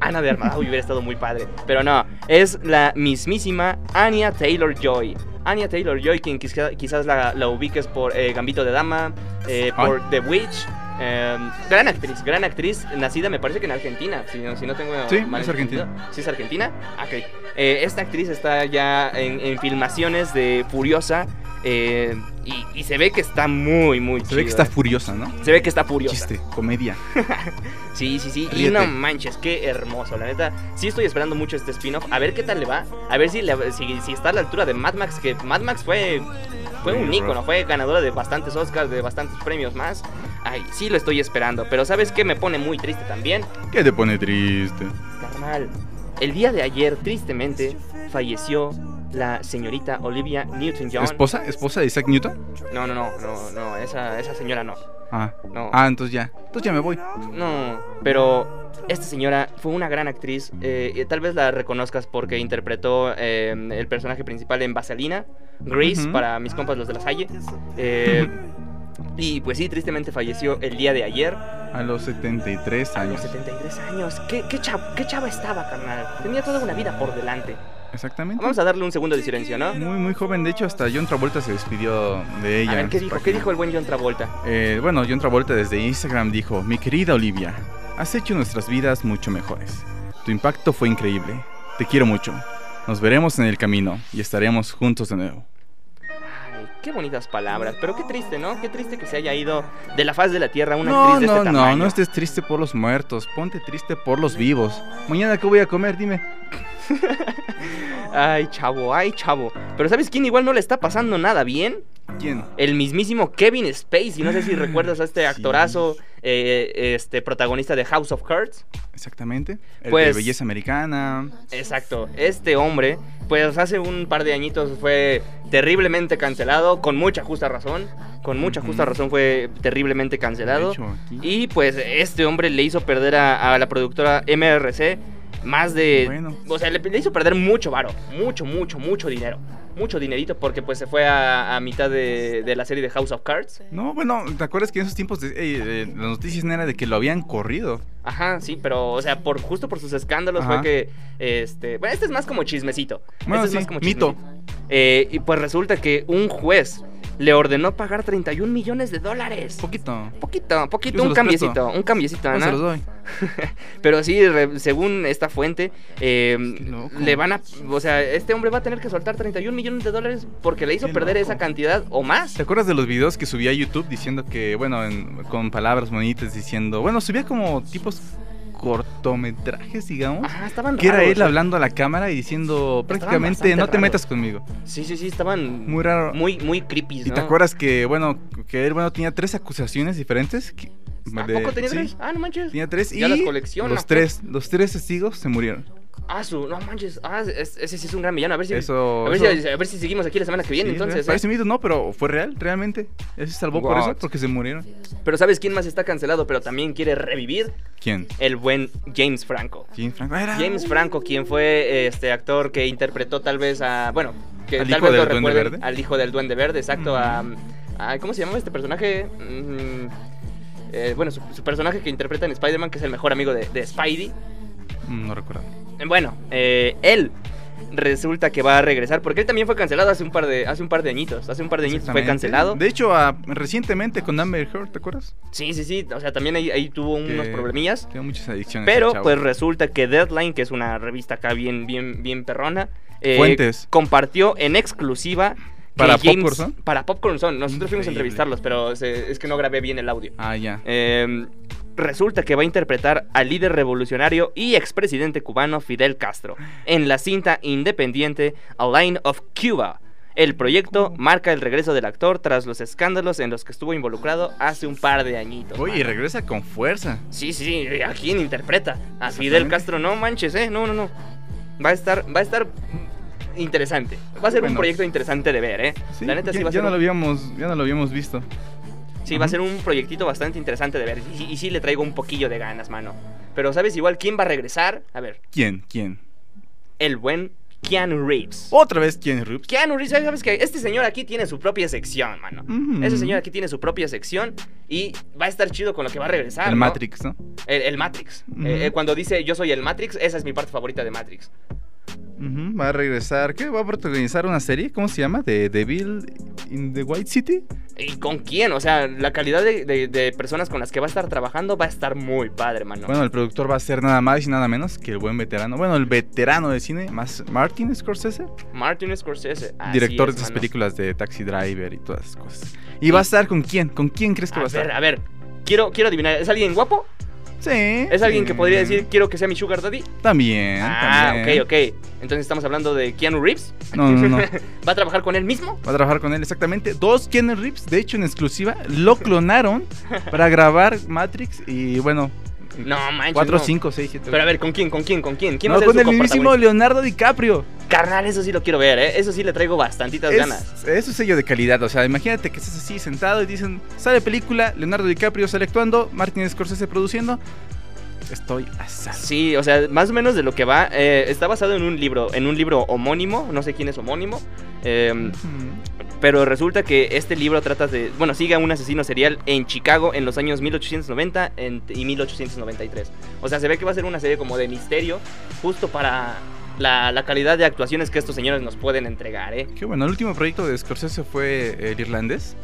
B: Ana de Armas, uy, hubiera estado muy padre. Pero no, es la mismísima Anya Taylor-Joy. Anya Taylor-Joy, quien quizá- quizás la, la ubiques por eh, Gambito de Dama, eh,
C: Ay.
B: por The Witch. eh, gran actriz, gran actriz, nacida me parece que en Argentina, si no, si no tengo
C: Sí,
B: mal
C: es
B: entendido.
C: argentina.
B: ¿Sí es Argentina? Ok. Eh, esta actriz está ya en, en filmaciones de Furiosa eh, y, y se ve que está muy, muy
C: Se ve que
B: chido,
C: está furiosa, ¿no?
B: eh. Se ve que está furiosa.
C: Chiste, comedia.
B: Sí, sí, sí. Y
C: Ríete.
B: no manches, qué hermoso. La neta, sí estoy esperando mucho este spin-off. A ver qué tal le va. A ver si, le- si, si está a la altura de Mad Max, que Mad Max fue, fue un
C: Sí,
B: ícono,
C: bro.
B: fue ganadora de bastantes Oscars, de bastantes premios más. Ay, sí lo estoy esperando. Pero ¿sabes qué me pone muy triste también?
C: ¿Qué te pone triste?
B: Carnal, el día de ayer, tristemente, falleció la señorita Olivia Newton-John.
C: ¿Esposa? ¿Esposa de Isaac Newton?
B: No, no, no, no, no, esa, esa señora no.
C: Ah.
B: No.
C: Ah, entonces ya. Entonces ya me voy.
B: No, pero esta señora fue una gran actriz. eh, y tal vez la reconozcas porque interpretó eh, el personaje principal en Vaselina, Grace,
C: Ujú.
B: para mis compas los de la Salle. eh, y pues sí, tristemente falleció el día de ayer,
C: A los 73
B: a los
C: años.
B: 73 años. ¿Qué, qué, chava, qué chava estaba, carnal? Tenía toda una vida por delante.
C: Exactamente.
B: Vamos a darle un segundo de silencio, ¿no?
C: Muy, muy joven. De hecho, hasta John Travolta se despidió de ella.
B: A ver,
C: en
B: ¿qué
C: su
B: dijo? ¿Qué
C: página.
B: dijo el buen John Travolta?
C: Eh, bueno, John Travolta desde Instagram dijo, mi querida Olivia, has hecho nuestras vidas mucho mejores. Tu impacto fue increíble. Te quiero mucho. Nos veremos en el camino y estaremos juntos de nuevo.
B: Ay, qué bonitas palabras, pero qué triste, ¿no? Qué triste que se haya ido de la faz de la tierra una
C: No,
B: actriz de
C: no,
B: este
C: no,
B: tamaño.
C: no estés triste por los muertos, ponte triste por los vivos. Mañana qué voy a comer, dime.
B: Ay, chavo, ay, chavo. Pero ¿sabes quién igual no le está pasando nada bien?
C: ¿Quién?
B: El mismísimo Kevin Spacey, no sé si recuerdas a este
C: Ah, Sí.
B: actorazo, eh, este protagonista de House of Cards.
C: Exactamente. El de
B: Pues-
C: belleza americana.
B: Exacto, este hombre, pues hace un par de añitos fue terriblemente cancelado, con mucha justa razón, con mucha justa
C: Ujú.
B: razón fue terriblemente cancelado.
C: De hecho, aquí.
B: Y pues este hombre le hizo perder a, a la productora MRC más de...
C: Bueno.
B: O sea, le, le hizo perder mucho varo, mucho, mucho, mucho dinero. Mucho dinerito porque pues se fue a, a mitad de, de la serie de House of Cards.
C: No, bueno, ¿te acuerdas que en esos tiempos de- eh, eh, las noticias no era de que lo habían corrido?
B: Ajá, sí, pero o sea, por justo por sus escándalos
C: Ajá.
B: fue que... Este, bueno, este es más como chismecito.
C: Bueno,
B: Este es
C: sí,
B: más como
C: mito.
B: chismecito. Eh, y pues resulta que un juez le ordenó pagar 31 millones de dólares.
C: Poquito.
B: Poquito,
C: Yo
B: poquito,
C: se
B: un
C: los
B: cambiecito,
C: presto.
B: un cambiecito,
C: Bueno,
B: ¿no?
C: se los doy.
B: Pero sí, re- según esta fuente, eh,
C: Qué loco.
B: le van a. O sea, este hombre va a tener que soltar 31 millones de dólares porque le hizo
C: Qué
B: perder
C: loco.
B: esa cantidad o más.
C: ¿Te acuerdas de los videos que subía a YouTube diciendo que, bueno, en- con palabras bonitas diciendo, bueno, subía como tipos cortometrajes, digamos?
B: Ajá, Ah, estaban
C: Que era
B: raros.
C: él hablando a la cámara y diciendo prácticamente
B: bastante
C: no te
B: raros.
C: metas conmigo.
B: Sí, sí, sí, estaban
C: Muy
B: muy,
C: raro.
B: muy, creepy.
C: ¿Y te
B: ¿no?
C: acuerdas que, bueno, que él, bueno, tenía tres acusaciones diferentes? que-
B: ¿A
C: de-
B: poco tenía
C: sí,
B: tres? Ah, no manches.
C: Tenía tres y
B: Ya las colecciona,
C: los
B: pues.
C: tres, los tres testigos se murieron.
B: Ah, su, no manches. Ah, es- ese sí es un gran villano. A ver si,
C: Eso.
B: a ver
C: eso-
B: si, a ver si seguimos aquí la semana que viene,
C: Sí,
B: entonces. ¿eh?
C: Parece mito, no, pero fue real, realmente. Él se salvó por
B: What?
C: eso, porque se murieron.
B: Pero ¿sabes quién más está cancelado, pero también quiere revivir?
C: ¿Quién?
B: El buen James Franco.
C: James Franco. Era
B: James Franco, quien fue este actor que interpretó tal vez a. Bueno, que
C: Al
B: tal
C: hijo
B: vez
C: del
B: lo
C: Duende
B: recuerden
C: Verde.
B: al hijo del Duende Verde, exacto. a- a- ¿Cómo se llamaba este personaje? Mm, eh, bueno, su, su personaje que interpreta en Spider-Man, que es el mejor amigo de, de Spidey.
C: Mm, No recuerdo.
B: Eh, Bueno, eh, él resulta que va a regresar porque él también fue cancelado hace un par de hace un par de añitos hace un par de añitos fue
C: Exactamente.
B: cancelado
C: De hecho, ah, recientemente con Amber Heard, ¿te acuerdas?
B: sí sí sí o sea también ahí, ahí tuvo unos
C: Que-
B: problemillas
C: Tiene muchas adicciones. el
B: Pero
C: chavo.
B: pues resulta que Deadline, que es una revista acá bien, bien, bien perrona, eh,
C: Fuentes.
B: compartió en exclusiva que
C: ¿Para Popcorn Zone?
B: para Popcorn Zone. Nosotros fuimos a
C: Increíble.
B: entrevistarlos, pero se- es que no grabé bien el audio.
C: Ah, ya.
B: Eh, resulta que va a interpretar al líder revolucionario y expresidente cubano Fidel Castro en la cinta independiente A Line of Cuba. El proyecto marca el regreso del actor tras los escándalos en los que estuvo involucrado hace un par de añitos.
C: Oye, y
B: mano.
C: regresa con fuerza.
B: Sí, sí, sí, ¿a quién interpreta? A
C: Exactamente.
B: Fidel Castro, no manches, eh, no, no, no. Va a estar, va a estar interesante. Va a ser un
C: Bueno.
B: proyecto interesante de ver, eh.
C: Sí,
B: La neta
C: ya,
B: sí va a
C: ya
B: ser,
C: no lo
B: un,
C: habíamos, ya no lo habíamos visto.
B: sí, va a
C: Ujú.
B: ser un proyectito bastante interesante de ver. Y, y sí le traigo un poquillo de ganas, mano. Pero sabes igual quién va a regresar? A ver,
C: ¿Quién? ¿Quién?
B: el buen Keanu Reeves.
C: Otra vez quién, Rups.
B: Keanu Reeves, sabes que este señor aquí tiene su propia sección, mano.
C: Ujú.
B: Ese señor aquí tiene su propia sección y va a estar chido con lo que va a regresar.
C: El
B: ¿no?
C: Matrix, ¿no?
B: El, el Matrix.
C: Ujú.
B: Eh, eh, cuando dice yo soy el Matrix, esa es mi parte favorita de Matrix.
C: Ujú, Va a regresar. ¿Qué? ¿Va a protagonizar una serie? ¿Cómo se llama? ¿De Devil in the White City?
B: ¿Y con quién? O sea, la calidad de, de- de personas con las que va a estar trabajando va a estar muy padre, mano.
C: Bueno, el productor va a ser nada más y nada menos que el buen veterano. Bueno, el veterano de cine, más Martin Scorsese,
B: Martin Scorsese. así
C: director
B: es,
C: de esas
B: mano.
C: películas de Taxi Driver y todas esas cosas. ¿Y va a estar con quién? ¿Con quién crees que va a
B: A ver,
C: estar?
B: a ver. Quiero, quiero adivinar. ¿Es alguien guapo?
C: Sí.
B: ¿Es alguien que
C: sí.
B: podría decir quiero que sea mi sugar daddy?
C: También.
B: ah,
C: también.
B: ok, ok. Entonces estamos hablando de Keanu Reeves.
C: No,
B: [laughs]
C: no, no.
B: ¿Va a trabajar con él mismo?
C: Va a trabajar con él exactamente. Dos Keanu Reeves, de hecho en exclusiva, lo clonaron para grabar Matrix y bueno.
B: No, manches.
C: 4,
B: no.
C: 5, 6, 7.
B: Pero a ver, ¿con quién? ¿Con quién? ¿Con quién? ¿Quién va
C: no,
B: a ser
C: con
B: su
C: el mismísimo
B: coprotagonista?
C: Leonardo DiCaprio.
B: Carnal, eso sí lo quiero ver, ¿eh? Eso sí le traigo bastantitas ganas.
C: Es, es un sello de calidad. O sea, imagínate que estás así sentado y dicen, sale película, Leonardo DiCaprio sale actuando, Martin Scorsese produciendo. Estoy asado.
B: Sí, o sea, más o menos de lo que va. eh, está basado en un libro, en un libro homónimo, no sé quién es homónimo. eh, pero resulta que este libro trata de. Bueno, sigue a un asesino serial en Chicago en los años 1890 en- y 1893. O sea, se ve que va a ser una serie como de misterio, justo para la, la calidad de actuaciones que estos señores nos pueden entregar, ¿eh?
C: Qué bueno, el último proyecto de Scorsese fue eh, el irlandés.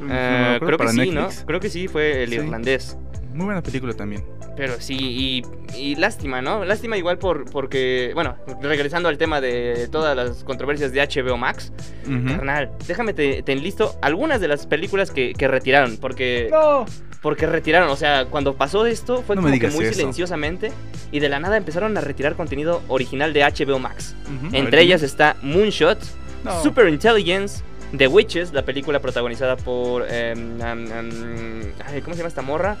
C: No me
B: Eh,
C: acuerdo,
B: creo que
C: para
B: sí,
C: Netflix.
B: ¿no? Creo que sí, fue el
C: Sí.
B: irlandés.
C: Muy buena película también.
B: Pero sí, y, y lástima, ¿no? Lástima igual por, porque, bueno, regresando al tema de todas las controversias de HBO Max,
C: Ujú.
B: carnal, déjame te, te enlisto algunas de las películas que, que retiraron, porque,
C: No.
B: porque retiraron, o sea, cuando pasó esto fue
C: No me
B: como que
C: digas
B: muy
C: eso.
B: silenciosamente y de la nada empezaron a retirar contenido original de HBO Max.
C: Ujú. A ver,
B: Entre ellas está Moonshot,
C: no.
B: Super Intelligence, The Witches, la película protagonizada por... eh, um, um, ay, ¿Cómo se llama esta morra?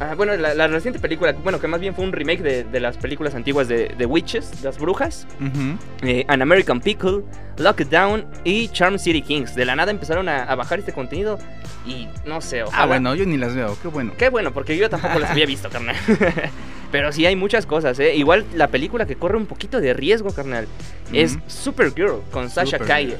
B: Ah, bueno, la, la reciente película, bueno, que más bien fue un remake de, de las películas antiguas de, de Witches, las brujas.
C: Ujú.
B: eh, An American Pickle, Lockdown y Charm City Kings. De la nada empezaron a, a bajar este contenido y no sé, ojalá.
C: Ah, bueno, yo ni las veo, qué bueno.
B: Qué bueno, porque yo tampoco las había visto, carnal. [laughs] Pero sí hay muchas cosas, ¿eh? Igual la película que corre un poquito de riesgo, carnal, es
C: Ujú.
B: Supergirl con Sasha
C: Supergirl.
B: Calle.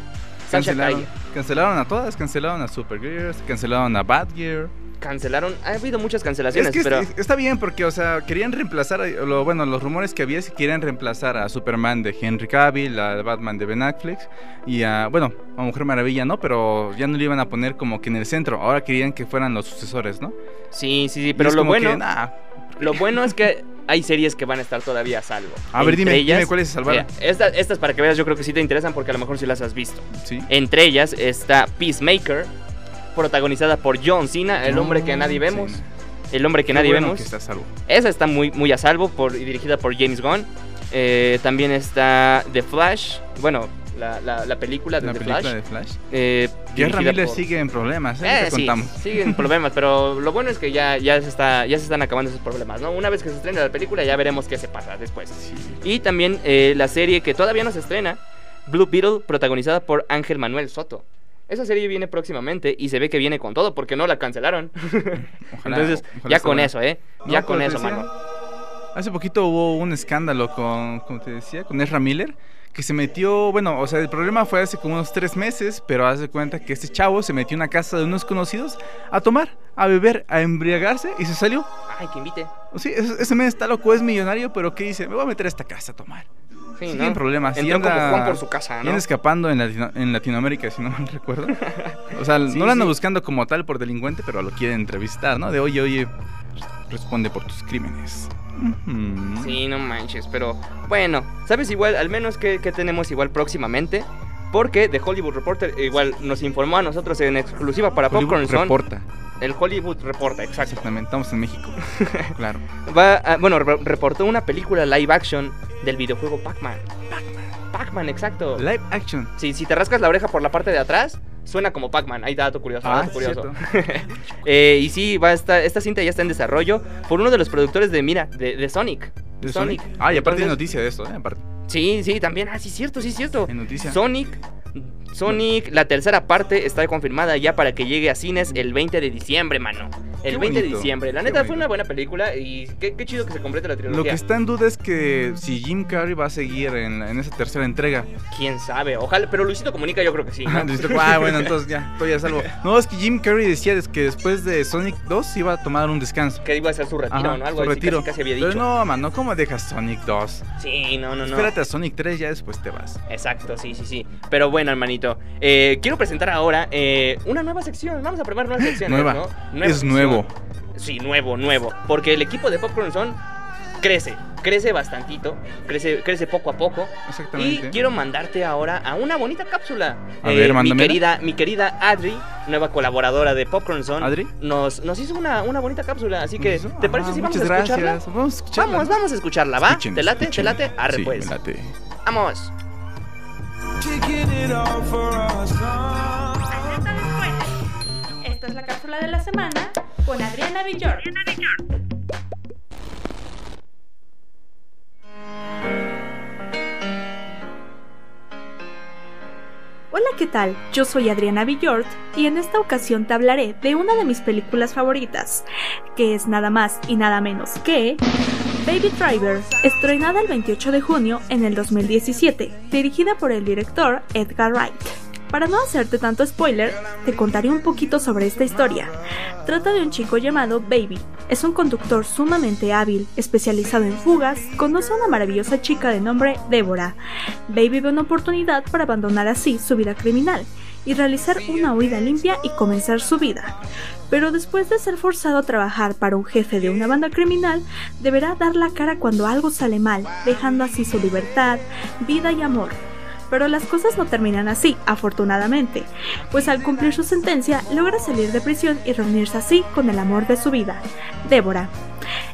B: Sasha
C: Cancelaron,
B: Calle.
C: cancelaron a todas, cancelaron a Supergirl, cancelaron a Batgirl.
B: Cancelaron, ha habido muchas
C: Es
B: cancelaciones,
C: que es-
B: pero...
C: es- está bien porque, o sea, querían reemplazar, a- lo, bueno, los rumores que había es que querían reemplazar a Superman de Henry Cavill, a Batman de Ben Affleck y a, bueno, a Mujer Maravilla, ¿no? Pero ya no lo iban a poner como que en el centro, ahora querían que fueran los sucesores, ¿no?
B: Sí, sí, sí,
C: Y
B: pero
C: es
B: lo
C: como que,
B: bueno,
C: nah.
B: lo bueno es que hay series que van a estar todavía a salvo.
C: a ver,
B: Entre
C: dime,
B: ellas- eh,
C: dime cuáles se
B: Mira,
C: salvaron.
B: estas, estas para que veas yo creo que sí te interesan porque a lo mejor sí las has visto.
C: Sí.
B: Entre ellas está Peacemaker, protagonizada por John Cena, el hombre que
C: No,
B: nadie
C: sí,
B: vemos.
C: no.
B: El hombre que
C: Qué
B: nadie
C: bueno
B: vemos.
C: que está a salvo.
B: Esa está muy, muy a salvo por, y dirigida por James Gunn. Eh, también está The Flash. Bueno, la, la- la película de
C: La
B: The
C: película
B: Flash.
C: de Flash.
B: eh,
C: Jerry
B: dirigida
C: Miller
B: por-
C: sigue en problemas, ¿eh?
B: Eh,
C: Te
B: sí,
C: contamos. [laughs]
B: siguen problemas, pero lo bueno es que ya, ya, se está, ya se están acabando esos problemas, ¿no? Una vez que se estrene la película ya veremos qué se pasa después. Y también eh, la serie que todavía no se estrena, Blue Beetle, protagonizada por Ángel Manuel Soto. Esa serie viene próximamente y se ve que viene con todo porque no la cancelaron.
C: Ojalá-
B: Entonces,
C: ojalá
B: ya
C: esté
B: con
C: buena.
B: eso, ¿eh?
C: No,
B: Ya
C: como
B: con
C: te
B: eso,
C: decía,
B: mano.
C: Hace poquito hubo un escándalo con, como te decía, con Ezra Miller, que se metió, bueno, o sea, el problema fue hace como unos tres meses, pero hace cuenta que este chavo se metió en una casa de unos conocidos a tomar, a beber, a embriagarse y se salió.
B: Ay, que invite.
C: Sí, ese, ese men está loco, es millonario, pero ¿qué dice? Me voy a meter a esta casa a tomar.
B: Sí,
C: Siguen
B: ¿no?
C: problemas. y
B: Entró como
C: anda-
B: Juan por su casa,
C: Viene
B: Ah, ¿no?
C: escapando en, Latino- en Latinoamérica, si no mal recuerdo.
B: [laughs]
C: O sea,
B: Sí,
C: no lo andan
B: sí.
C: buscando como tal por delincuente, pero lo quieren entrevistar, ¿no? De oye, oye, responde por tus crímenes. Ujú.
B: Sí, no manches, pero bueno, ¿sabes igual? Al menos que, que tenemos igual próximamente. Porque The Hollywood Reporter igual nos informó a nosotros en exclusiva para
C: Hollywood
B: Popcorn Zone.
C: reporta.
B: El Hollywood Reporter, exacto.
C: Exactamente, estamos
B: [laughs]
C: en México. claro.
B: Va a- bueno, re- reportó una película live action del videojuego Pac-Man. Pac-Man. Pac-Man, exacto.
C: Live action.
B: Sí, si te rascas la oreja por la parte de atrás, suena como Pac-Man. Ahí dato curioso, dato Ah, curioso.
C: Ah, cierto.
B: Eh, y sí, va a estar, esta cinta ya está en desarrollo por uno de los productores de, mira, de, de Sonic.
C: ¿De Sonic? Ah, y aparte hay noticia de esto, ¿eh? Aparte,
B: Sí, sí, también. Ah, sí, cierto, sí, cierto.
C: hay noticia.
B: Sonic. Sonic, la tercera parte está confirmada ya para que llegue a cines el 20 de diciembre, mano.
C: Qué
B: El 20 de
C: bonito,
B: diciembre. La
C: qué
B: neta fue
C: bonito.
B: una buena película y qué, qué chido que se complete la
C: Lo que
B: trilogía.
C: está en duda es que si Jim Carrey va a seguir en, la- en esa tercera entrega.
B: Quién sabe, ojalá, pero Luisito comunica, yo creo que sí. ¿no?
C: ah, bueno, entonces ya, estoy a salvo. No, es que Jim Carrey decía des- que después de Sonic 2 iba a tomar un descanso.
B: que iba a ser su retiro,
C: Ajá,
B: ¿no? Algo
C: su
B: así
C: retiro.
B: Casi, casi había dicho.
C: Pero no, mano, ¿cómo dejas Sonic 2?
B: Sí, no, no, no.
C: Espérate a Sonic 3, ya después te vas.
B: Exacto, sí, sí, sí. Pero bueno, hermanito, eh, quiero presentar ahora eh, una nueva sección. Vamos a probar nuevas secciones,
C: Nueva.
B: ¿no? Nueva
C: es
B: sección.
C: nuevo.
B: Sí, nuevo, nuevo. Porque el equipo de Popcorn Son crece, crece bastantito, crece, crece poco a poco. Y
C: Exactamente.
B: quiero mandarte ahora a una bonita cápsula. Eh,
C: A ver,
B: mi
C: mándamela.
B: querida, mi querida Adri, nueva colaboradora de Popcorn Zone,
C: ¿Adri?
B: Nos, nos hizo una, una bonita cápsula. Así que,
C: Eso,
B: ¿te parece
C: ah,
B: si vamos a
C: muchas
B: escucharla?
C: gracias. Vamos a escucharla.
B: Vamos,
C: ¿no?
B: vamos a escucharla, ¿va?
C: Escuchen,
B: ¿Te late? ¿Te
C: escuchen.
B: late? Arre,
C: sí,
B: pues.
C: me late.
B: Vamos.
E: Alerta de spoiler. Esta es la cápsula de la semana con Adriana Villor. Hola, ¿qué tal? Yo soy Adriana Villort y en esta ocasión te hablaré de una de mis películas favoritas, que es nada más y nada menos que Baby Driver, estrenada el 28 de junio en el 2017, dirigida por el director Edgar Wright. Para no hacerte tanto spoiler, te contaré un poquito sobre esta historia. Trata de un chico llamado Baby. Es un conductor sumamente hábil, especializado en fugas, conoce a una maravillosa chica de nombre Débora. Baby ve una oportunidad para abandonar así su vida criminal y realizar una huida limpia y comenzar su vida. Pero después de ser forzado a trabajar para un jefe de una banda criminal, deberá dar la cara cuando algo sale mal, dejando así su libertad, vida y amor. Pero las cosas no terminan así, afortunadamente, pues al cumplir su sentencia logra salir de prisión y reunirse así con el amor de su vida, Débora.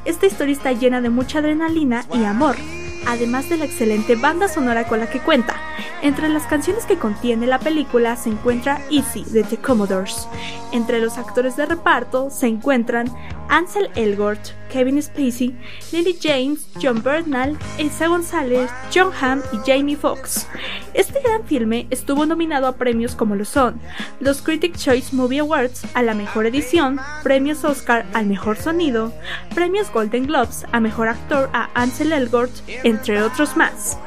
E: Esta historia está llena de mucha adrenalina y amor, además de la excelente banda sonora con la que cuenta, Entre las canciones que contiene la película se encuentra Easy de The Commodores. Entre los actores de reparto se encuentran Ansel Elgort, Kevin Spacey, Lily James, John Bernal, Elsa González, John Hamm y Jamie Foxx. Este gran filme estuvo nominado a premios como lo son los Critic Choice Movie Awards a la mejor edición, premios Oscar al mejor sonido, premios Golden Globes a mejor actor a Ansel Elgort, entre otros más.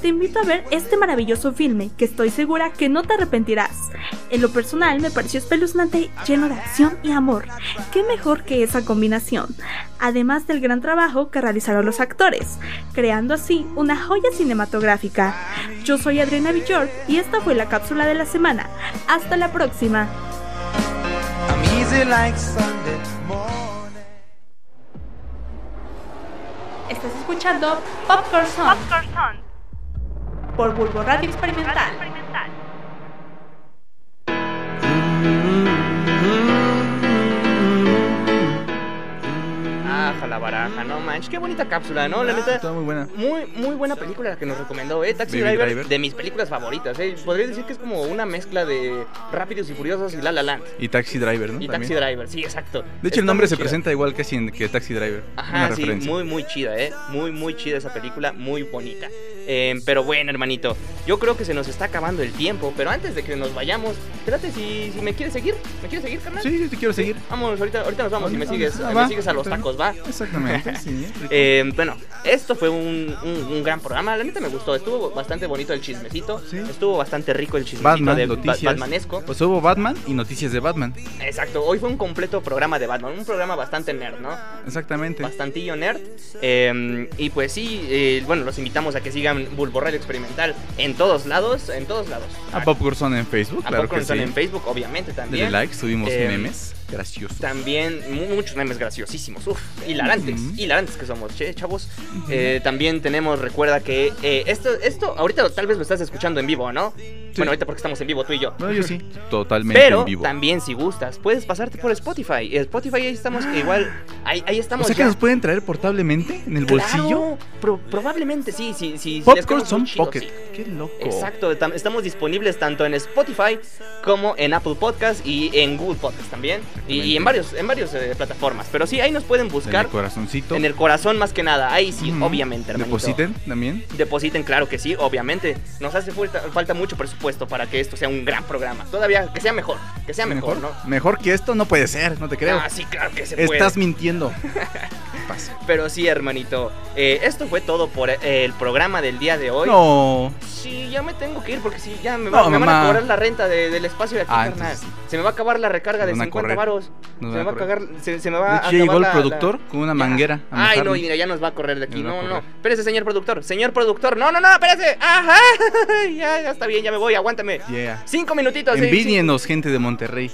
E: Te invito a ver este maravilloso filme que estoy segura que no te arrepentirás. En lo personal me pareció espeluznante, lleno de acción y amor. ¿Qué mejor que esa combinación? Además del gran trabajo que realizaron los actores, creando así una joya cinematográfica. Yo soy Adriana Villord y esta fue la cápsula de la semana. Hasta la próxima.
A: I'm easy like Sunday morning.
E: Estás escuchando Popcorn Song por Bulbo Radio Experimental.
B: Aja la baraja, no manches, qué bonita cápsula, ¿no? La neta,
C: Está muy buena.
B: muy, muy buena película la que nos recomendó, ¿eh? Taxi
C: Baby
B: Driver,
C: Driver.
B: de mis películas favoritas, ¿eh? Podría decir que es como una mezcla de Rápidos y Furiosos y La La Land.
C: Y Taxi Driver, ¿no?
B: Y
C: También.
B: Taxi Driver, sí, exacto.
C: De hecho,
B: Está
C: el nombre
B: muy
C: se
B: chida.
C: presenta igual casi en- que Taxi Driver.
B: Ajá, sí, muy, muy chida, ¿eh? Muy, muy chida esa película, muy bonita. Eh, pero bueno, hermanito, yo creo que se nos está acabando el tiempo, pero antes de que nos vayamos, espérate si, si me quieres seguir, ¿me quieres seguir, carnal?
C: Sí, yo te quiero seguir.
B: Vamos, ahorita, ahorita nos vamos, si me
C: Ah,
B: sigues,
C: ah,
B: me
C: va.
B: sigues a los tacos, va.
C: [laughs] Exactamente, sí. rico.
B: Eh, bueno, esto fue un, un- un gran programa. La neta me gustó. Estuvo bastante bonito el chismecito.
C: Sí.
B: Estuvo bastante rico el chismecito
C: Batman,
B: de Ba-
C: noticias.
B: Batmanesco.
C: Pues hubo Batman y noticias de Batman.
B: Exacto. Hoy fue un completo programa de Batman. Un programa bastante nerd, ¿no?
C: Exactamente.
B: Bastantillo nerd. Eh, y pues sí, eh, bueno, los invitamos a que sigan Bulbo Radio Experimental en todos lados. En todos lados.
C: A Popcorn Zone en Facebook,
B: A
C: claro
B: Popcorn
C: que sí.
B: Zone en Facebook, obviamente también.
C: Dele like, subimos
B: Eh,
C: memes. Graciosos.
B: También mu- muchos memes graciosísimos, uf, hilarantes,
C: Ujú.
B: hilarantes que somos, che, chavos. Eh, también tenemos, recuerda que eh, esto, esto, ahorita tal vez lo estás escuchando en vivo, ¿no? Bueno, ahorita porque estamos en vivo tú y yo.
C: No, yo sí. Totalmente
B: Pero
C: en vivo.
B: también si gustas, puedes pasarte por Spotify. En Spotify ahí estamos igual, ahí, ahí
C: Ah. O
B: estamos
C: sea que
B: ya.
C: nos pueden traer portablemente en el bolsillo.
B: Claro, pro- probablemente sí, sí, sí. sí, les
C: Popcorn
B: quedamos muy
C: son
B: chidos,
C: pocket.
B: sí.
C: Qué loco.
B: Exacto, tam- estamos disponibles tanto en Spotify como en Apple Podcast y en Google Podcast también. Y, y en
C: Exactamente.
B: varios, en varios eh, plataformas. Pero sí, ahí nos pueden
C: En el
B: buscar.
C: corazoncito.
B: En el corazón más que nada, ahí sí,
C: Ujú.
B: obviamente, hermanito.
C: Depositen también.
B: Depositen, claro que sí, obviamente. Nos hace falta, falta mucho presupuesto para que esto sea un gran programa. Todavía, que sea mejor, que sea mejor, ¿no?
C: Mejor que esto no puede ser, no te creo.
B: Ah, sí, claro que se puede.
C: Estás mintiendo. Pasa.
B: Pero sí, hermanito. eh, esto fue todo por eh, el programa del día de hoy.
C: No.
B: Sí, ya me tengo que ir porque si ya me,
C: No,
B: va- me van a
C: mamá.
B: cobrar la renta de- del espacio de aquí,
C: Ah,
B: carnal.
C: entonces
B: Se me va a acabar la recarga
C: Nos
B: de
C: van a
B: 50
C: correr.
B: varos. Se
C: Nos
B: me
C: van
B: va
C: a
B: a
C: correr.
B: cagar, se, se me
C: De
B: va
C: hecho,
B: a
C: ya llegó
B: acabar
C: el
B: la- la-
C: productor con una manguera.
B: Ay,
C: a
B: no,
C: mojarnos.
B: mira, ya nos va a correr de aquí.
C: Nos va
B: No,
C: a
B: no.
C: correr.
B: Espérese, señor productor. Señor productor. No, no, no, espérese. Ajá. [laughs] Ya, ya está bien, ya me voy. Aguántame.
C: Yeah.
B: Cinco minutitos. sí,
C: Envidienos, gente
B: [laughs]
C: de Monterrey.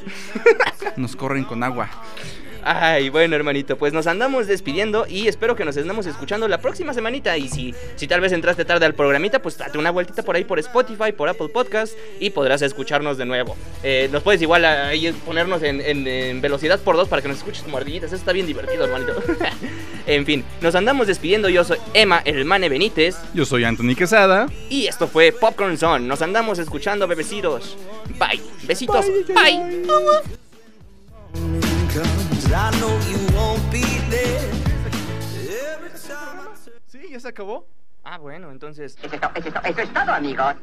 C: Nos corren con agua.
B: sí. Ay, bueno, hermanito. Pues nos andamos despidiendo y espero que nos andamos escuchando la próxima semanita. Y si, si tal vez entraste tarde al programita, pues date una vueltita por ahí por Spotify, por Apple Podcast y podrás escucharnos de nuevo. Eh, nos puedes igual ahí ponernos en, en- en velocidad por dos para que nos escuches como ardillitas. Eso está bien divertido, hermanito. [laughs] en fin, nos andamos despidiendo. Yo soy Emma, el Mane Benítez.
C: Yo soy Anthony Quesada.
B: Y esto fue Popcorn Zone. Nos andamos escuchando, bebecitos. Bye. Besitos. Bye.
A: Comes, I know you won't be there. Every time I
C: Sí, ya se acabó.
B: Ah, bueno, entonces.
H: Eso es, to- eso es to- eso es todo, amigos.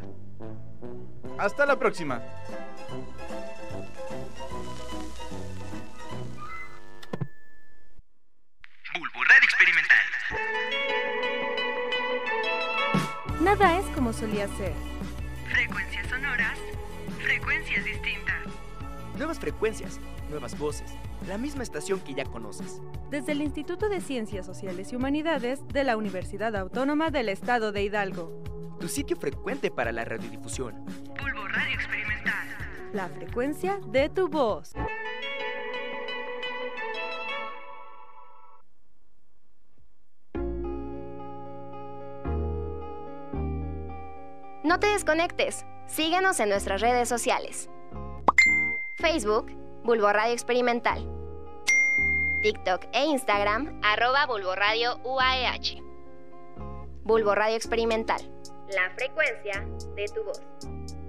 C: Hasta la próxima.
G: Bulbo Radio Experimental.
F: Nada es como solía ser.
I: Frecuencias sonoras, frecuencias distintas.
G: Nuevas frecuencias, nuevas voces, la misma estación que ya conoces.
F: Desde el Instituto de Ciencias Sociales y Humanidades de la Universidad Autónoma del Estado de Hidalgo.
G: Tu sitio frecuente para la radiodifusión.
I: Bulbo Radio Experimental.
F: La frecuencia de tu voz.
J: No te desconectes. Síguenos en nuestras redes sociales. Facebook, Bulbo Radio Experimental. TikTok e Instagram, arroba Bulbo Radio UAEH. Bulbo Radio Experimental. la frecuencia de tu voz.